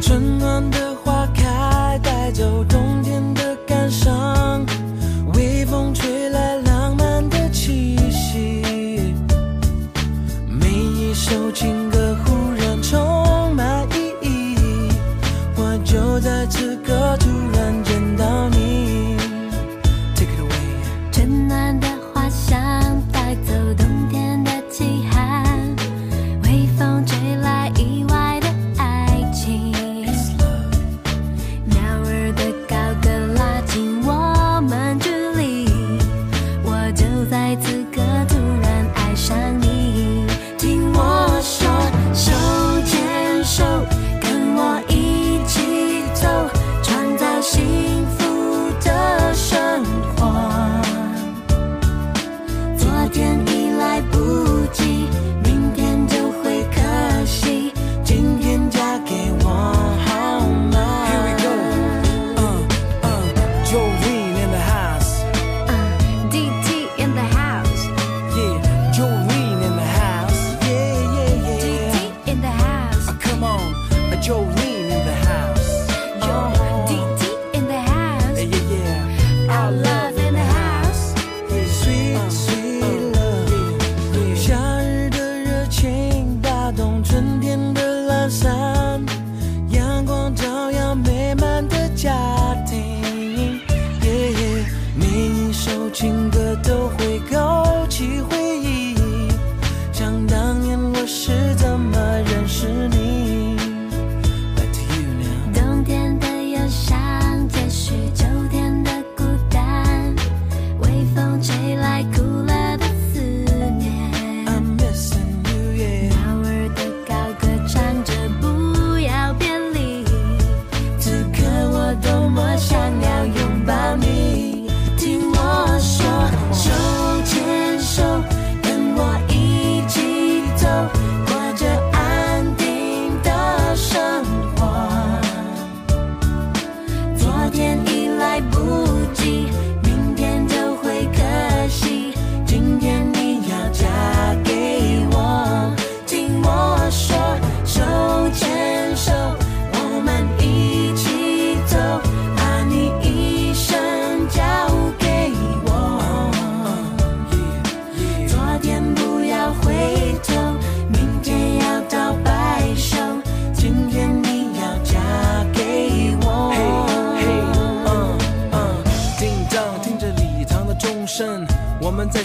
春暖的花开，带走冬天的感伤。微风吹来浪漫的气息，每一首情歌忽然充满意义。我就在此刻突然见到你。Take it away。春暖的花香带走冬天的饥寒，微风吹来意外的爱情，鸟儿的高歌拉近我们距离，我就在此刻突然爱上你。听我说，手牵手，跟我一起走，创造幸福的生活。昨天已来不及，明天就会可惜。今天嫁给我好吗？Here we go，嗯嗯，Jolene in the house，yeah，Jolene 啊 DT in the house，DT in the house，yeah yeah yeah。 in the house， Ah, Come on, a Jolene in the house. Oh, DT in the house， yeah yeah yeah. Our love in the house Sweet sweet love，夏日的热情打动春天的懒散，阳光照耀美满的家庭。Yeah, yeah，每一首情歌都会勾起回忆，想当年我是怎么认识你。Back to you now。冬天的忧伤，接续秋天的孤单。微风吹来苦乐的思念， I'm missing you, yeah. 鸟儿的高歌唱着不要别离。此刻我多么想要拥抱你，听我说，手牵手，跟我一起走，过着安定的生活。昨天已来不及，明天就会可惜。今天你要嫁给我，听我说，手牵手，我们一起走，把你一生交给我。昨天不要回头，明天要到白首，今天你要嫁给我。嘿嘿，嗯嗯，叮当，听着礼堂的钟声，我们在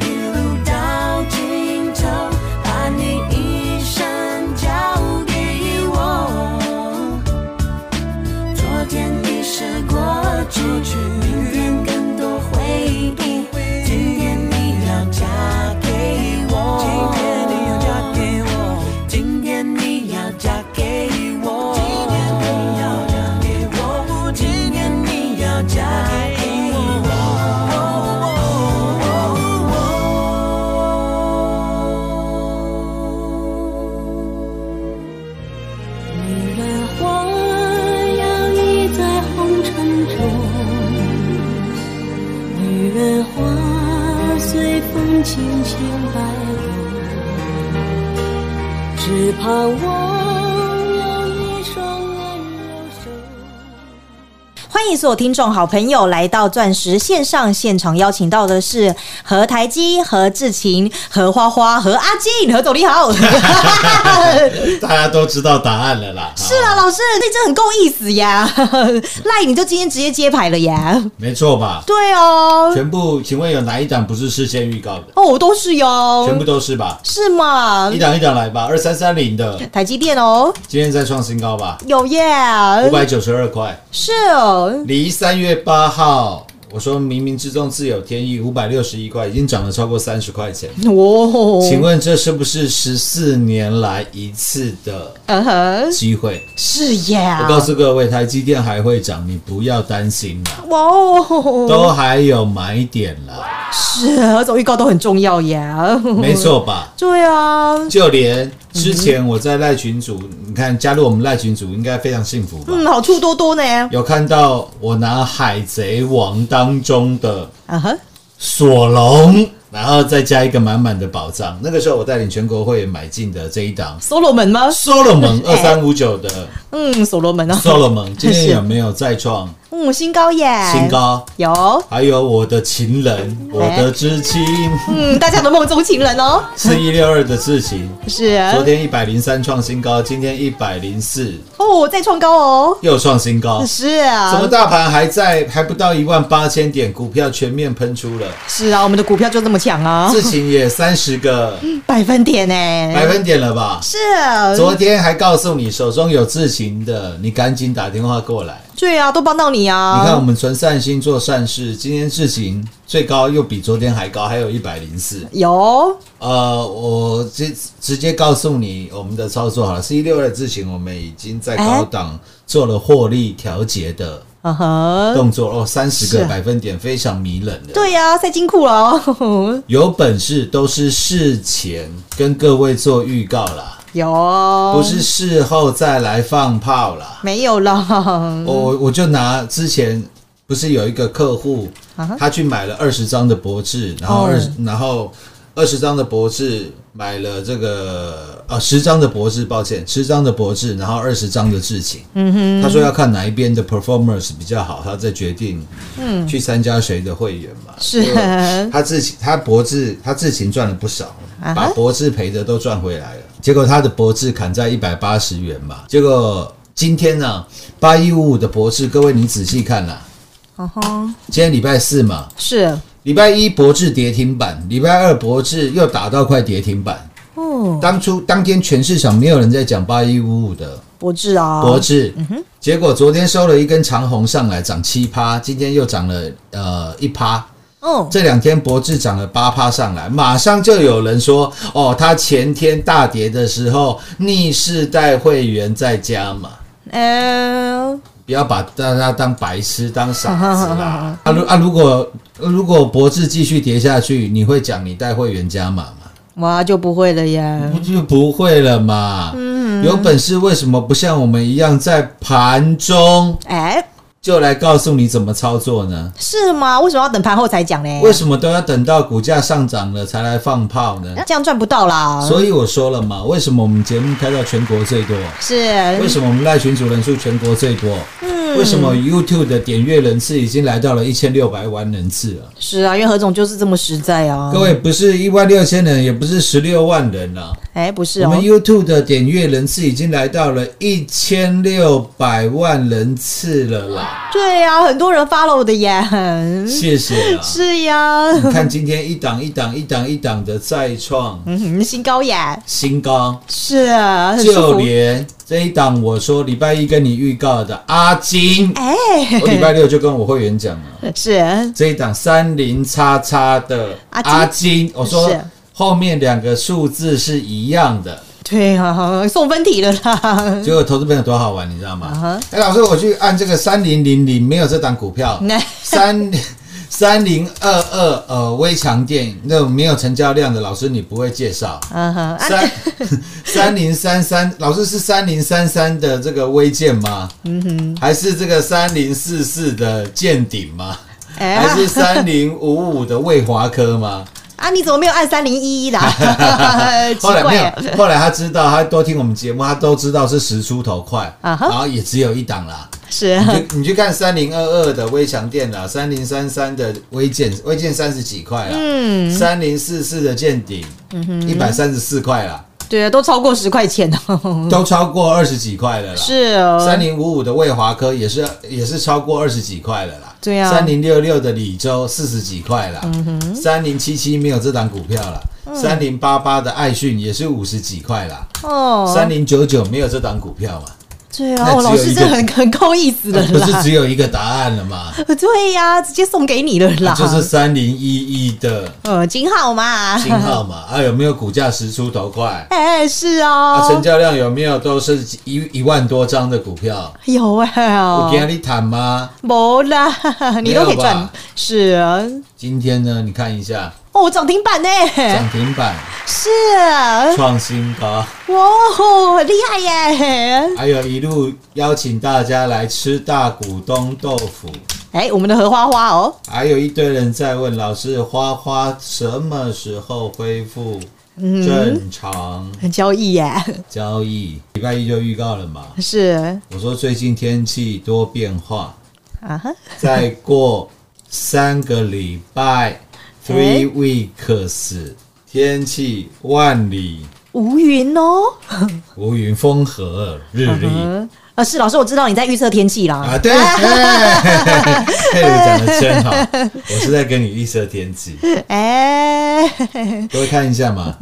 一路到尽头，把你一生交给我。昨天已是过去，明天更多回忆。今天你要嫁给我，今天你要嫁给我。今天你要嫁给我，今天你要嫁给我，今天你要嫁给我。女人花摇曳在红尘中，女人花随风轻轻摆动。只盼望有一双温柔手。欢迎所有听众好朋友来到钻石线上现场，邀请到的是何台基、何志勤、何花花、何阿进、何总，你 好。是大家都知道答案了啦。是啊，，老师，你这很够意思呀！赖你就今天直接揭牌了呀。没错吧？对哦，全部，请问有哪一档不是事先预告的？哦，我哦都是全部哟，都是吧？是吗一？档一档来吧，二三三零的，台积电哦，今天再创新高吧，有耶，嗯五百九十二块，是哦，离三月八号，我说冥冥之中自有天意，五百六十一块，已经涨了超过三十块钱。哦，请，问这是不是十四年来一次的嗯哼，机会？是耶，我告诉各位，台积电还会涨，你不要担心啦，哇哦，都还有买点啦，是何总预告都很重要呀，没错吧？对啊，就连之前我在赖群组，你看加入我们赖群组应该非常幸福吧？嗯，好处多多呢，有看到我拿《海贼王》当中的啊哈，索隆，然后再加一个满满的宝藏。那个时候我带领全国会员买进的这一档所罗门吗？ Solomon 二三五九的嗯，所罗门啊， Solomon，今天有没有再创嗯，新高耶，新，高？有，还有我的情人，我的知青，嗯，大家的梦中情人哦，四一六二的事情。是，啊昨天一百零三创新高，今天一百零四哦，再创高哦，又创新高，是啊，什么大盘还在还不到一万八千点，股票全面喷出了，是啊，我们的股票就这么强啊，事情也三十个百分点呢、百分点了吧？是啊，昨天还告诉你手中有事情的，你赶紧打电话过来。对啊，都帮到你啊，你看我们存善心做善事，今天事情最高又比昨天还高，还有一百零四。有呃，我直直接告诉你我们的操作好了，四一六二的事情我们已经在高档哎做了获利调节的嗯哼，动作哦，三十是个啊百分点非常迷人的。对啊呀、塞金库了 哦，有本事都是事前跟各位做预告啦，有，哦不是事后再来放炮啦。没有了，嗯我我我就拿之前不是有一个客户啊哈，他去买了二十张的博智，然后哦二、然后二十张的博智买了这个啊十张的博智，抱歉，十张的博智，然后二十张的智勤。嗯哼，他说要看哪一边的 performance 比较好，他再决定嗯去参加谁的会员嘛。 是结果他自己他博智他自行赚了不少，嗯啊哈把博智赔的都赚回来了。结果他的博智砍在一百八十元嘛，结果今天呢、八一五五的博智，各位你仔细看啦、嗯哼，今天礼拜四嘛，是礼拜一博智跌停板，礼拜二博智又打到快跌停板。哦，当初当天全市场没有人在讲八一五五的博智啊，博智，结果昨天收了一根长红上来，涨七趴，今天又涨了呃一趴。嗯，这两天博智涨了八趴上来，马上就有人说：“哦，他前天大跌的时候逆势带会员在加嘛。”呃，不要把大家当白痴、当傻子啦！啊，嗯如啊，如果如果博智继续跌下去，你会讲你带会员加码吗？我就不会了呀，不就不会了嘛？有本事为什么不像我们一样在盘中哎、就来告诉你怎么操作呢？是吗？为什么要等盘后才讲呢？为什么都要等到股价上涨了才来放炮呢？这样赚不到啦？所以我说了嘛，为什么我们节目开到全国最多？为是什么我们赖群主人数全国最多？嗯为什么 YouTube 的点阅人次已经来到了一千六百万人次了？是啊，因为何总就是这么实在啊。各，位不是一万六千人，也不是十六万人了、哎、不是我哦们，YouTube 的点阅人次已经来到了一千六百万人次了啦，对呀、很多人 follow 的 耶，谢谢啦。嗯是呀、你看今天一档一档一档一档的再创嗯哼，新高耶，新高，是啊，很舒就服。连这一档我说礼拜一跟你预告的阿金，哎、 我礼拜六就跟我会员讲了。是这一档三零叉叉的阿金阿金，我说啊是后面两个数字是一样的。对啊，送分题了啦。结果投资朋友多好玩，你知道吗啊哈？哎、老师，我去按这个三零零零，没有这档股票 那。三三零二二，呃，微强电那种没有成交量的，老师你不会介绍。嗯哼，啊三 三零三三，老师是三零三三的这个微建吗？嗯哼，还是这个三零四四的见顶吗？哎还是三零五五的魏华科吗？啊，你怎么没有按三零一一的？ 奇后来没怪啊，有，后来他知道，他多听我们节目，他都知道是十出头快，啊哈然后也只有一档啦。是你 去你去看三零二二的微强电啦，三零三三的微健，微健三十几块啦，嗯，三零四四的见顶，嗯一百三十四块啦，对啊，都超过十块钱哦。都超过二十几块了啦。是哦，啊三零五五的魏华科也是也是超过二十几块了啦，对啊嗯三零六六的李州四十几块啦，三零七七没有这档股票啦，三零八八的爱讯也是五十几块啦，哦，三零九九没有这档股票嘛，对那啊，只有哦，老师一个真的很很够意思的 不是啦只。有一个答案了嘛，啊对呀、直接送给你了 啦。就是三零一一的呃，金号嘛，星号 嘛，啊有没有股价十出头块？哎、是啊，成哦，交量有没有都是一一万多张的股票？有哎、我哦，给你谈吗？没啦，你都可以没有赚吧，是啊，今天呢，你看一下哦，涨停板呢、涨停板是啊，创新高。哇，很厉害耶！还有一路邀请大家来吃大股东豆腐，哎，我们的荷花花哦，还有一堆人在问老师花花什么时候恢复正常很交易耶， 交易？礼拜一就预告了嘛，是我说最近天气多变化，啊哈，再过三个礼拜 （three weeks），天气万里无云哦，无云，风和日丽。嗯，啊是老师，我知道你在预测天气啦，啊，对，哎佩如讲的真好，我是在跟你预测天气， 哎，各位看一下嘛，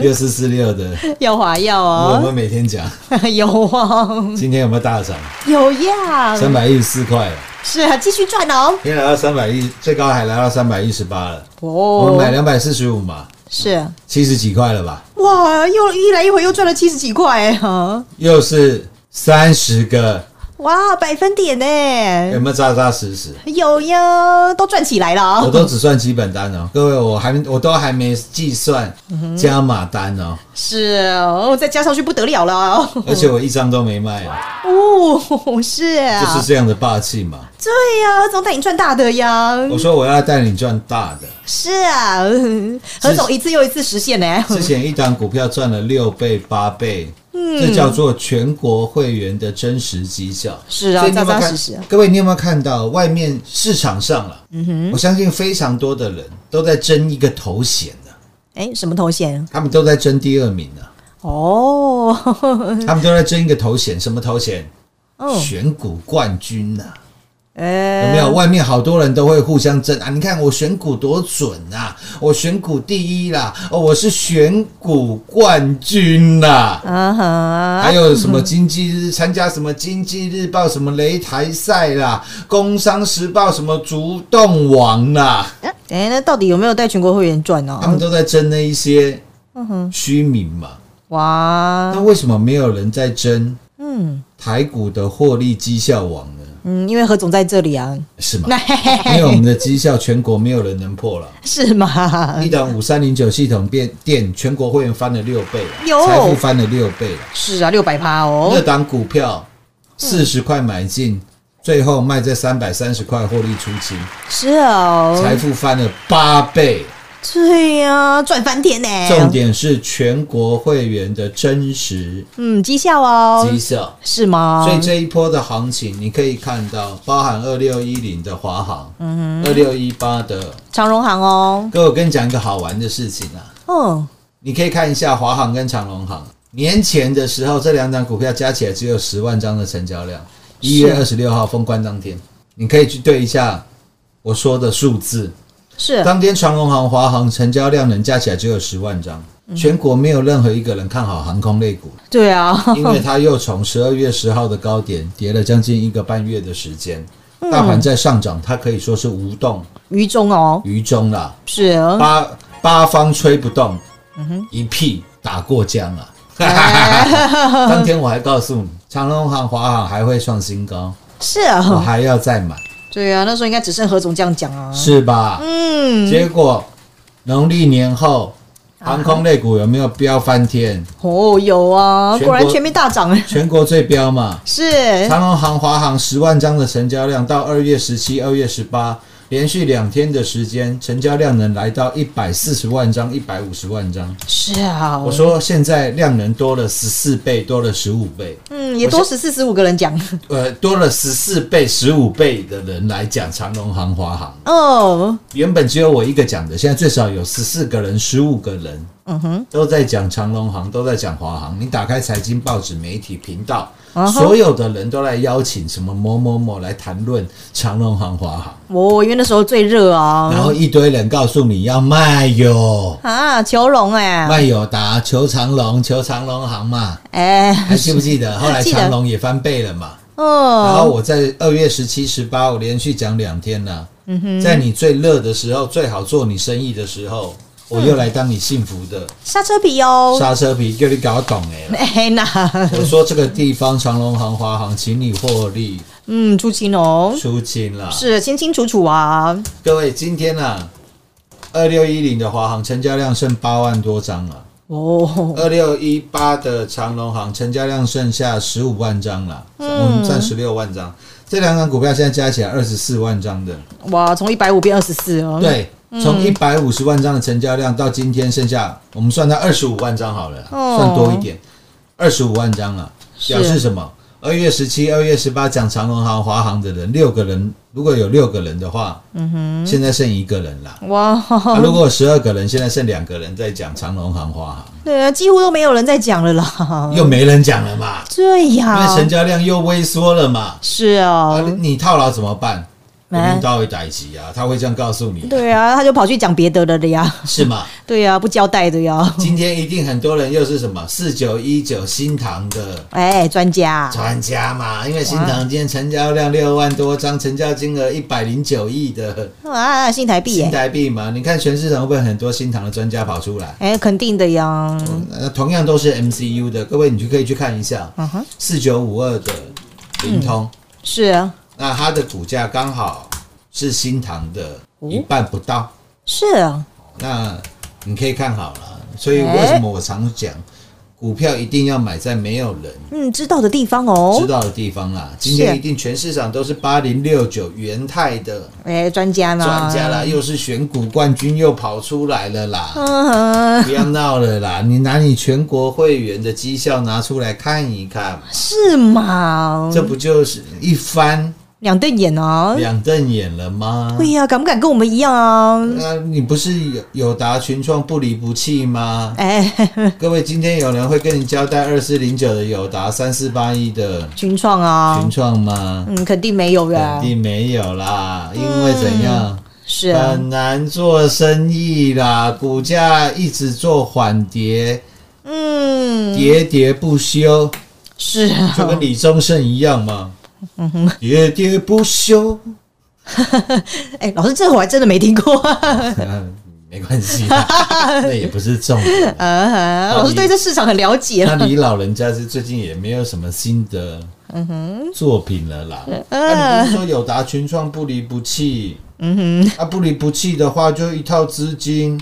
六四四六的，要华要我嗯哦，们每天讲， 有哦，今天有没有大涨？有呀，三百一十四块了，是啊，继续赚哦，今天来到三百一，最高还来到三百一十八了，我们买哦，两百四十五嘛，是七十几块了吧？哇，又一来一回又赚了七十几块哎，哈，又是三十个，哇，百分点有呢，没有扎扎实实？有呀，都赚起来了我哦，都只算基本单哦，各位，我还我都还没计算嗯加码单哦，是哦，再加上去不得了了哦。而且我一张都没卖哦，哦，是就啊，是这样的霸气嘛。对呀、总带你赚大的呀，我说我要带你赚大 的。是啊，嗯何总一次又一次实现呢、之前一档股票赚了六倍、八倍，嗯这叫做全国会员的真实绩效。是啊所以你有没有扎扎实看实啊嗯各位，你有没有看到外面市场上了？我相信非常多的人都在争一个头衔呢，哎、什么头衔？他们都在争第二名呢，哦， 他们都在争一个头衔，什么头衔？哦选股冠军呐、呃有没有？外面好多人都会互相争啊！你看我选股多准啊，我选股第一啦，哦，我是选股冠军啦、啊哈，还有什么经济日参加什么经济日报什么擂台赛啦，工商时报什么竹动王啦，哎、那到底有没有带全国会员赚他们哦？都在争那一些虚名嘛。哇那，为什么没有人在争嗯台股的获利绩效王呢？嗯，因为何总在这里啊，是吗那？嘿嘿因为我嘿们的绩效全国没有人能破了。是吗一？档五三零九系统变店全国会员翻了六倍了，有财富翻了六倍了。是啊，六百趴那哦，档股票四十块买进，最后卖在三百三十块获利出清，是哦，财富翻了八倍。对呀、赚翻天呢、重点是全国会员的真实嗯，绩效哦，绩效。是吗？所以这一波的行情，你可以看到，包含二六一零的华航，嗯二六一八的。长荣行哦，各位，我跟你讲一个好玩的事情啊，嗯，你可以看一下华航跟长隆航，年前的时候这两档股票加起来只有十万张的成交量，一月二十六号封关当天，你可以去对一下我说的数字。是当天长隆航、华航成交量能加起来只有十万张，全国没有任何一个人看好航空类股，对啊，因为它又从十二月十号的高点跌了将近一个半月的时间。大盘在上涨，它可以说是无动 于中哦，于衷啦。是啊，八八方吹不动，一屁打过江啊！当天我还告诉你，长隆航、华航还会创新高，是我啊，哦还要再买，对啊，那时候应该只剩何总这样讲啊，是吧？嗯，结果农历年后，航空类股有没有飙翻天？哦，有啊，全果然国全面大涨，全国最飙嘛！是长隆航、华航十万张的成交量，到二月十七、二月十八，连续两天的时间，成交量能来到一百四十万张、一百五十万张。是啊，我说现在量能多了十四倍，多了十五倍，嗯，也多十四十五个人讲呃，多了十四倍、十五倍的人来讲长隆行、华航。 哦，原本只有我一个讲的，现在最少有十四个人、十五个人，嗯哼，都在讲长隆行，都在讲华航。你打开财经报纸、媒体频道，嗯哼所有的人都来邀请什么某某某来谈论长隆行、华航，我因为那时候最热啊，然后一堆人告诉你要卖哟，啊，球龙哎、卖友达、求长隆、求长隆 行嘛，哎、还记不记得？后来记得长隆也翻倍了嘛。然后哦，我在二月十七、十八，我连续讲两天了。嗯在你最热的时候，最好做你生意的时候，我又来当你幸福的刹车皮嗯哦，刹车皮，叫你搞懂哎。 哎那，我说这个地方长隆行、华航，请你获利嗯，出清哦，出清啦。是清清楚楚啊，各位，今天啊，二六一零的华航成交量剩八万多张了，哦，二六一八的长隆行成交量剩下十五万张了，嗯我们占十六万张。这两张股票现在加起来二十四万张的，哇，从一百五变二十四哦，，对，从一百五十万张的成交量到今天剩下，我们算到二十五万张好了啦，哦算多一点，二十五万张了，表示什么？二月十七、二月十八讲长隆行、华航的人，六个人，如果有六个人的话，嗯哼，现在剩一个人啦。哇，啊、如果有十二个人，现在剩两个人在讲长隆行、华航，对啊，几乎都没有人在讲了啦，又没人讲了嘛，这因为成样，交量又萎缩了嘛。是啊，哦，你套牢怎么办？没领导会逮急啊，他会这样告诉你，对啊，他就跑去讲别的了的呀，是吗？对呀、不交代的呀，今天一定很多人又是什么四九一九新塘的哎，专家，专家嘛，因为新塘今天成交量六万多张，成交金额一百零九亿的啊，新台币新耶，台币嘛，你看全市场会不会很多新塘的专家跑出来？哎，肯定的呀，呃，同样都是 MCU 的，各位你就可以去看一下嗯哼，四九五二的灵通，是啊，那它的股价刚好是新塘的哦一半不到，是啊，那你可以看好了。所以为什么我常讲，股票一定要买在没有人。嗯，知道的地方哦知，道的地方啦。是今天一定全市场都是八零六九元泰的哎，专家呢，专家啦，又是选股冠军又跑出来了啦。嗯哼，不要闹了啦！ 你拿你全国会员的绩效拿出来看一看，是嘛？这不就是一翻两瞪眼啊！两瞪眼了吗？对呀、敢不敢跟我们一样啊？那你不是有友达群创不离不弃吗？哎， 各位，今天有人会跟你交代二四零九的友达、三四八一的群创啊群，创吗？嗯，肯定没有肯的，定没有啦，因为怎样？是啊，很难做生意啦，股价一直做缓跌，嗯，喋喋不休，是啊，就跟李宗盛一样嘛，喋喋不休， 哎，老师，这个我还真的没听过，嗯没关系啦，那也不是重点。啊老师对这市场很了 解那了，李老人家是最近也没有什么新的作品了啦。那你不是说友达群创不离不弃？嗯哼，啊，不离不弃的话，就一套资金，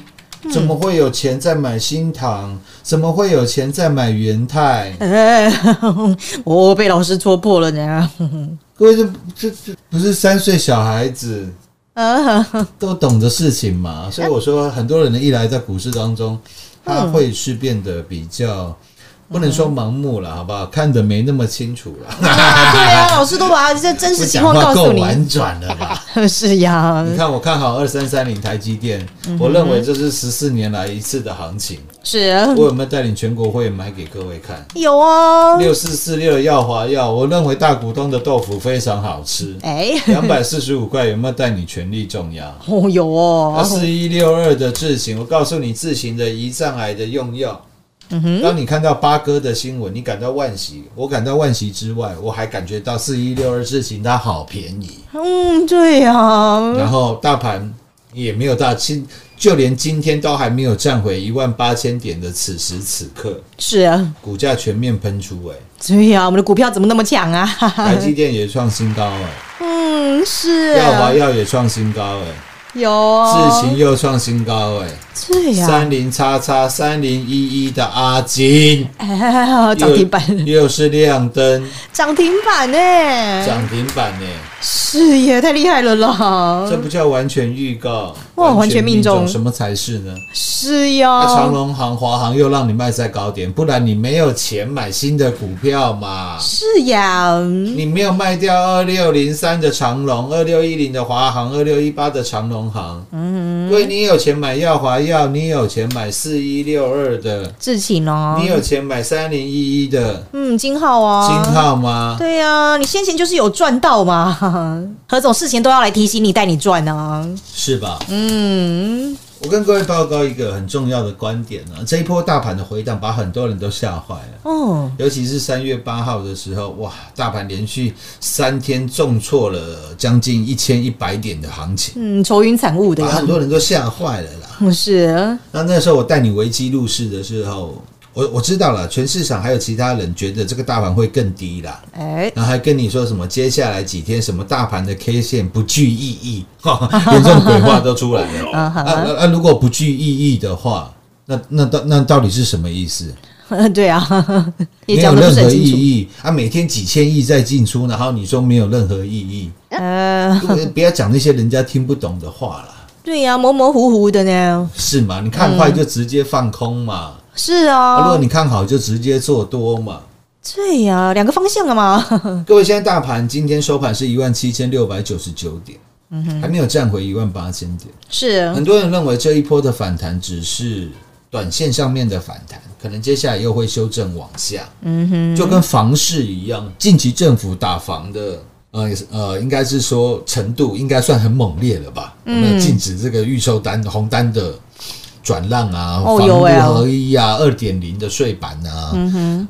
怎么会有钱再买新塘？怎么会有钱再买元泰？哎，嗯 我哦被老师戳破了呢， 各位，这这这不是三岁小孩子啊，都懂的事情嘛？所以我说，很多人一来在股市当中，他会是变得比较。不能说盲目了，好不好？看得没那么清楚了，对啊，老师都把这真实我情讲况话告够诉你，婉转 了吧？是呀，你看，我看好二三三零台积电，我嗯认为这是十四年来一次的行情。是啊我有没有带领全国会员买给各位看？有啊，六四四六的耀华药，我认为大股东的豆腐非常好 吃。哎，两百四十五块有没有带你全力重压？哦有啊，哦，四一六二的智行，我告诉你，智行的胰脏癌的用药。嗯当你看到八哥的新闻，你感到惋惜，我感到惋惜之外，我还感觉到四一六二智行它好便宜，嗯，对呀、然后大盘也没有大，今就连今天都还没有站回一万八千点的此时此刻，是啊，股价全面喷出、 欸，对啊呀、我们的股票怎么那么强啊？台积电也创新高、欸， 嗯，是耀华药也创新高、欸，有智哦行又创新高、欸，对啊呀、三零叉叉三零一一的阿金哎，涨停板，又又是亮灯涨停板哎、涨停板呢、哎是耶，太厉害了啦！这不叫完全预告，哦哇完完全命中什么才是呢？是那啊长呀，隆行、华航又让你卖在高点，不然你没有钱买新的股票嘛。是呀，嗯你没有卖掉二六零三的长隆、二六一零的华航、二六一八的长隆行，嗯，对你有钱买耀华耀，你有钱买四一六二的，志勤哦，你有钱买三零一一的嗯金浩啊，金号吗？对呀、你先前就是有赚到嘛， 何总事前都要来提醒你，带你赚啊。是吧？嗯，我跟各位报告一个很重要的观点啊，这一波大盘的回档把很多人都吓坏了。哦，尤其是三月八号的时候，哇，大盘连续三天重挫了将近一千一百点的行情，嗯，愁云惨雾的把呀很，多人都吓坏了啦。不是，那那时候我带你危机入市的时候，我我知道了，全市场还有其他人觉得这个大盘会更低啦，哎、 然后还跟你说什么接下来几天什么大盘的 K 线不具意义，哈，连这种鬼话都出来了。啊啊哈哈啊啊！如果不具意义的话，那那到那到底是什么意思？对啊，也没讲有的不任是何很意清楚。义啊！每天几千亿在进出，然后你说没有任何意 义，呃，不要讲那些人家听不懂的话啦，对呀、模模糊糊的呢。是吗？你看坏就直接放空嘛，是啊如啊果，你看好就直接做多嘛。对呀、两个方向了嘛。 各位，现在大盘今天收盘是一万七千六百九十九点，嗯还没有站回一万八千点。很是，多人认为这一波的反弹只是短线上面的反弹，可能接下来又会修正往下。嗯哼，就跟房市一样，近期政府打房的。呃呃，应该是说程度应该算很猛烈了吧？我嗯们禁止这个预售单红单的转让啊，哦房有嗯屋欸合一啊，二点零的税版啊，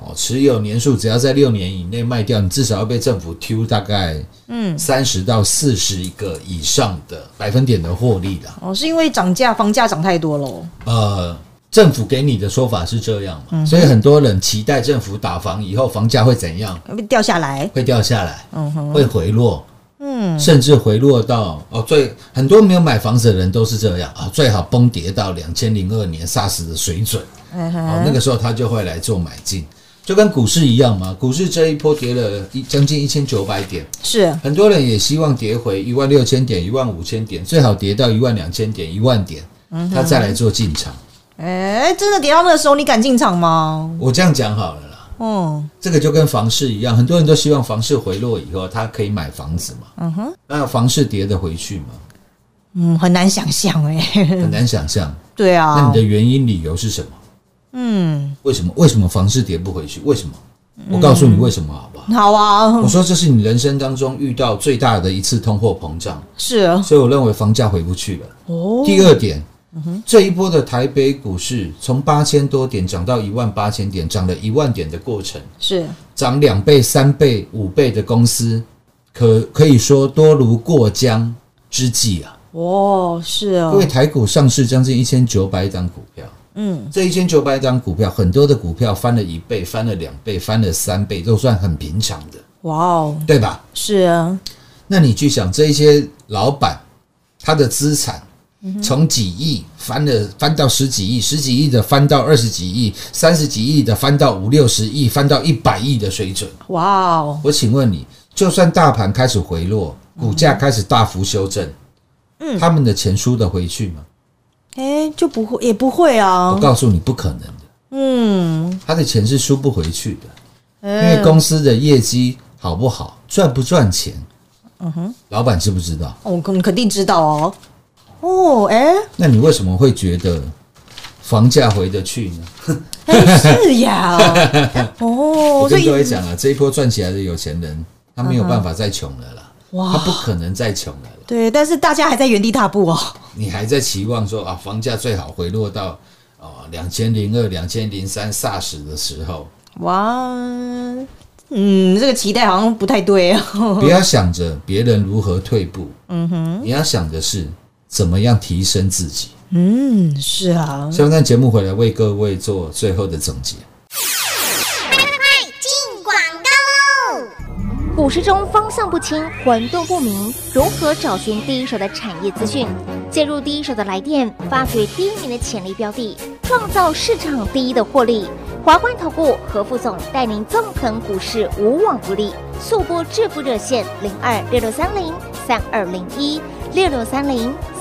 哦，持有年数只要在六年以内卖掉，你至少要被政府 Q 大概嗯，三十到四十个以上的百分点的获利啦。哦，是因为涨价，房价涨太多了。呃，政府给你的说法是这样嘛，嗯所以很多人期待政府打房以后房价会怎样？掉下来，会掉下来，嗯哼，会回落，嗯，甚至回落到哦，最很多没有买房子的人都是这样啊，最好崩跌到两千零二年 SARS 的水准，嗯哼，哦，那个时候他就会来做买进，就跟股市一样嘛，股市这一波跌了一将近一千九百点，是，很多人也希望跌回一万六千点、一万五千点，最好跌到一万两千点、一万点，嗯他再来做进场。哎、真的跌到那个时候，你敢进场吗？我这样讲好了啦，哦，这个就跟房市一样，很多人都希望房市回落以后，他可以买房子嘛，嗯哼，那房市跌得回去吗？嗯，很难想象哎、 很难想象。对啊，那你的原因理由是什么？嗯，为什么？为什么房市跌不回去？为什么？我告诉你为什么，好不好？好啊我，说这是你人生当中遇到最大的一次通货膨胀，是所以我认为房价回不去了。嗯哦，第二点，这一波的台北股市从八千多点涨到一万八千点，涨了一万点的过程，是涨两倍、三倍、五倍的公司，可可以说多如过江之鲫啊！哦，是因为哦，台股上市将近一千九百档股票，嗯，这一千九百张股票，很多的股票翻了一倍、翻了两倍、翻了三倍，都算很平常的，哇哦，对吧？是啊，那你去想，这一些老板他的资产嗯从几亿翻了翻到十几亿，十几亿的翻到二十几亿，三十几亿的翻到五六十亿，翻到一百亿的水准。哇哦，我请问你，就算大盘开始回落，股价开始大幅修正，嗯他们的钱输得回去吗？哎，就不会也不会啊我，告诉你，不可能的，嗯，他的钱是输不回去的。因哎为，公司的业绩好不好，赚不赚钱，嗯哼，老板知不知道？我肯肯定知道哦，哦，哎，那你为什么会觉得房价回得去呢？哎，是 呀，哦我，所跟各位以讲啊，这一波赚起来的有钱人，他没有办法再穷了啦，哇他不可能再穷了啦。对，但是大家还在原地踏步哦，你还在期望说啊，房价最好回落到哦两千零二、两千零三 SARS 的时候，哇，嗯，这个期待好像不太对哦，不要想着别人如何退步，嗯哼，你要想的是怎么样提升自己。嗯，是啊，下半段节目回来为各位做最后的总结。进广告喽！股市中方向不清、混沌不明，如何找寻第一手的产业资讯？介入第一手的来电，发掘第一名的潜力标的，创造市场第一的获利。华冠投顾何副总带领纵横股市，无往不利。速拨致富热线零二六六三零三二零一六六三零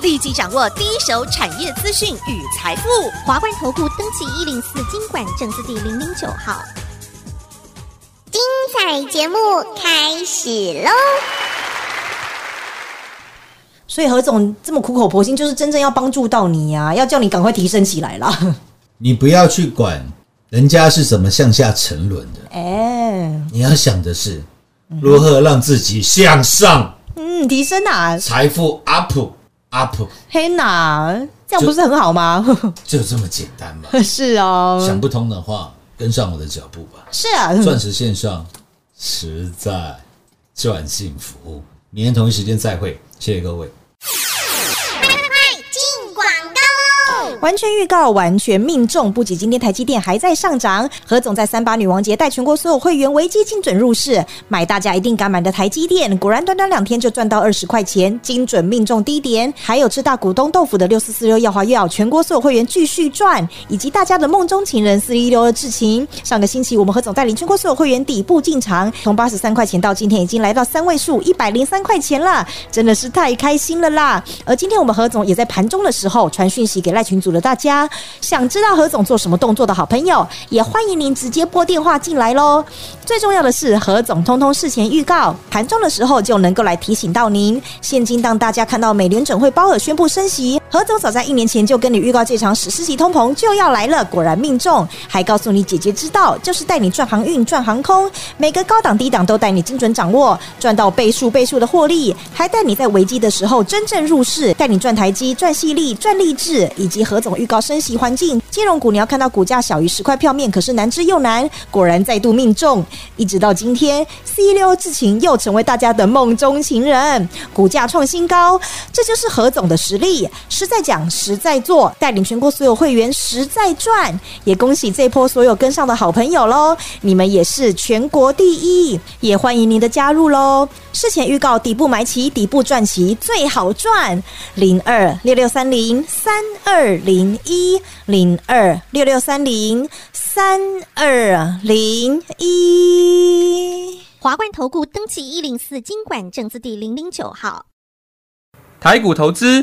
立即掌握第一手产业资讯与财富。华冠投顾登记一零四经管证字第零零九号。彩节目开始喽！所以何总这么苦口婆心，就是真正要帮助到你呀、要叫你赶快提升起来啦。你不要去管人家是怎么向下沉沦的，哎、你要想的是如何让自己向上，嗯，提升啊，财富 up up，黑娜，这样不是很好吗？ 就这么简单嘛。是啊，想不通的话，跟上我的脚步吧。是啊，钻石线上实在赚幸福。明天同一时间再会，谢谢各位。进广告喽！完全预告，完全命中。不仅今天台积电还在上涨，何总在三八女王节带全国所有会员危机精准入市，买大家一定敢买的台积电，果然短短两天就赚到二十块钱，精准命中低点。还有吃大股东豆腐的六四四六耀华耀，全国所有会员继续赚，以及大家的梦中情人四一六二智勤。上个星期我们何总带领全国所有会员底部进场，从八十三块钱到今天已经来到三位数一百零三块钱了，真的是太开心了啦！而今天我们何总也在盘中的时候传讯息给赖群组的大家，想知道何总做什么动作的好朋友，也欢迎您直接拨电话进来喽。最重要的是，何总通通事前预告，盘中的时候就能够来提醒到您。现今当大家看到美联准会鲍尔宣布升息，何总早在一年前就跟你预告这场史诗级通膨就要来了，果然命中，还告诉你解决之道就是带你赚航运、赚航空，每个高档低档都带你精准掌握，赚到倍数倍数的获利，还带你在危机的时候真正入市，带你赚台积、赚细粒、赚励志，以及何总预告升息环境，金融股你要看到股价小于十块票面，可是难之又难，果然再度命中，一直到今天，C 六智勤又成为大家的梦中情人，股价创新高，这就是何总的实力，实在讲，实在做，带领全国所有会员实在赚，也恭喜这波所有跟上的好朋友喽，你们也是全国第一，也欢迎您的加入喽。事前预告，底部买起，底部赚起，最好赚。零二六六三零三二零一，零二六六三零三二零一。华冠投顾登记一零四经管证字第零零九号。台股投资，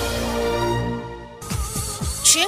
全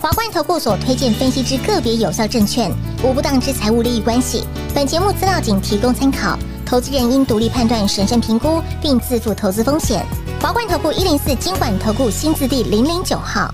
华冠投顾所推荐分析之个别有效证券，无不当之财务利益关系。本节目资料仅提供参考，投资人应独立判断、审慎评估，并自负投资风险。华冠投顾一零四经管投顾新字第零零九号。